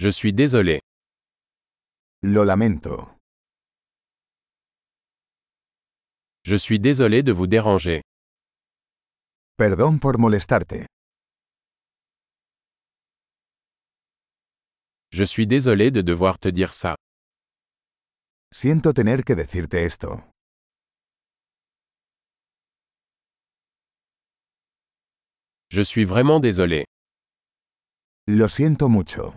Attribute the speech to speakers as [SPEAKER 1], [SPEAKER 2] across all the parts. [SPEAKER 1] Je suis désolé.
[SPEAKER 2] Lo lamento.
[SPEAKER 1] Je suis désolé de vous déranger.
[SPEAKER 2] Perdón por molestarte.
[SPEAKER 1] Je suis désolé de devoir te dire ça.
[SPEAKER 2] Siento tener que decirte esto.
[SPEAKER 1] Je suis vraiment désolé.
[SPEAKER 2] Lo siento mucho.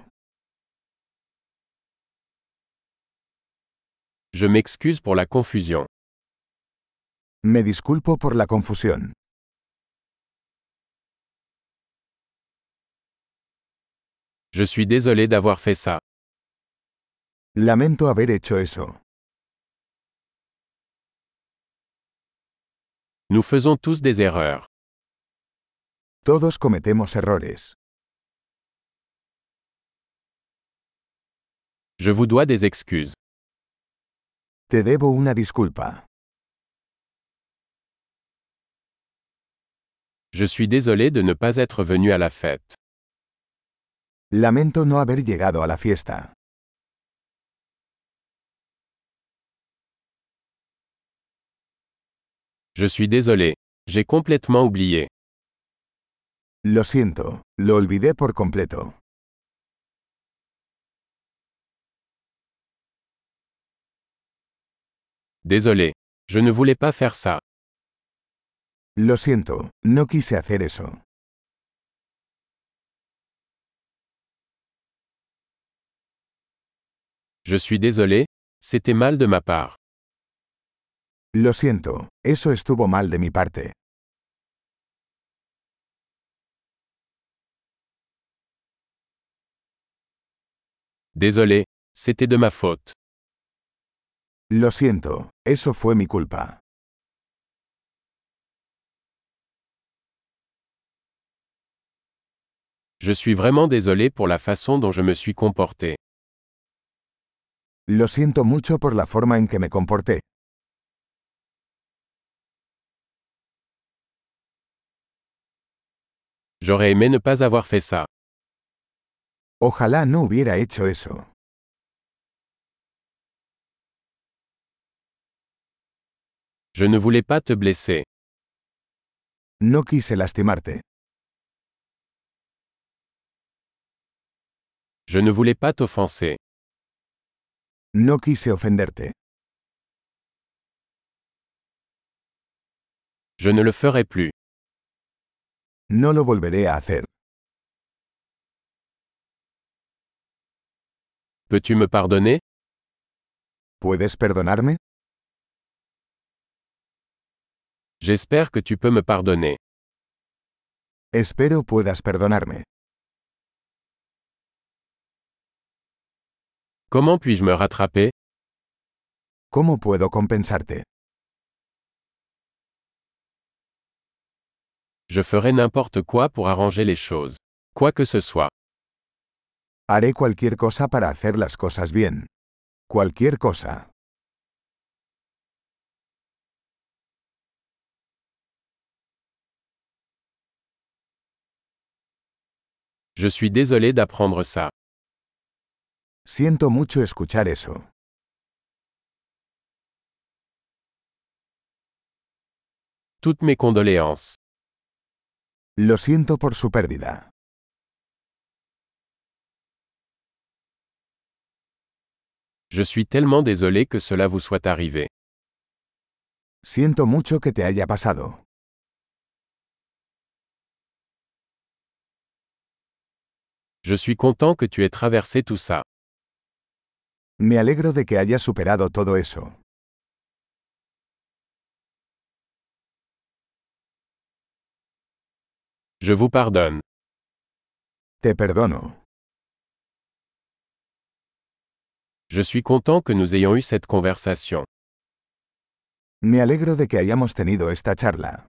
[SPEAKER 1] Je m'excuse pour la confusion.
[SPEAKER 2] Me disculpo por la confusión.
[SPEAKER 1] Je suis désolé d'avoir fait ça.
[SPEAKER 2] Lamento haber hecho eso.
[SPEAKER 1] Nous faisons tous des erreurs.
[SPEAKER 2] Todos cometemos errores.
[SPEAKER 1] Je vous dois des excuses.
[SPEAKER 2] Te debo una disculpa.
[SPEAKER 1] Je suis désolé de ne pas être venu à la fête.
[SPEAKER 2] Lamento no haber llegado a la fiesta.
[SPEAKER 1] Je suis désolé. J'ai complètement oublié.
[SPEAKER 2] Lo siento, lo olvidé por completo.
[SPEAKER 1] Désolé. Je ne voulais pas faire ça.
[SPEAKER 2] Lo siento, no quise hacer eso.
[SPEAKER 1] Je suis désolé. C'était mal de ma part.
[SPEAKER 2] Lo siento, eso estuvo mal de mi parte.
[SPEAKER 1] Désolé. C'était de ma faute.
[SPEAKER 2] Lo siento, eso fue mi culpa.
[SPEAKER 1] Je suis vraiment désolé pour la façon dont je me suis comporté.
[SPEAKER 2] Lo siento mucho por la forma en que me comporté.
[SPEAKER 1] J'aurais aimé ne pas avoir fait ça.
[SPEAKER 2] Ojalá no hubiera hecho eso.
[SPEAKER 1] Je ne voulais pas te blesser.
[SPEAKER 2] No quise lastimarte.
[SPEAKER 1] Je ne voulais pas t'offenser.
[SPEAKER 2] No quise ofenderte.
[SPEAKER 1] Je ne le ferai plus.
[SPEAKER 2] No lo volveré a hacer.
[SPEAKER 1] Peux-tu me pardonner
[SPEAKER 2] ¿Puedes perdonarme?
[SPEAKER 1] J'espère que tu peux me pardonner.
[SPEAKER 2] Espero puedas perdonarme.
[SPEAKER 1] Comment puis-je me rattraper
[SPEAKER 2] ¿Cómo puedo compensarte?
[SPEAKER 1] Je ferai n'importe quoi pour arranger les choses. Quoi que ce soit.
[SPEAKER 2] Haré cualquier cosa para hacer las cosas bien. Cualquier cosa.
[SPEAKER 1] Je suis désolé d'apprendre ça.
[SPEAKER 2] Siento mucho escuchar eso.
[SPEAKER 1] Toutes mes condoléances.
[SPEAKER 2] Lo siento por su pérdida.
[SPEAKER 1] Je suis tellement désolé que cela vous soit arrivé.
[SPEAKER 2] Siento mucho que te haya pasado.
[SPEAKER 1] Je suis content que tu aies traversé tout ça.
[SPEAKER 2] Me alegro de que hayas superado todo eso.
[SPEAKER 1] Je vous pardonne.
[SPEAKER 2] Te perdono.
[SPEAKER 1] Je suis content que nous ayons eu cette conversation.
[SPEAKER 2] Me alegro de que hayamos tenido esta charla.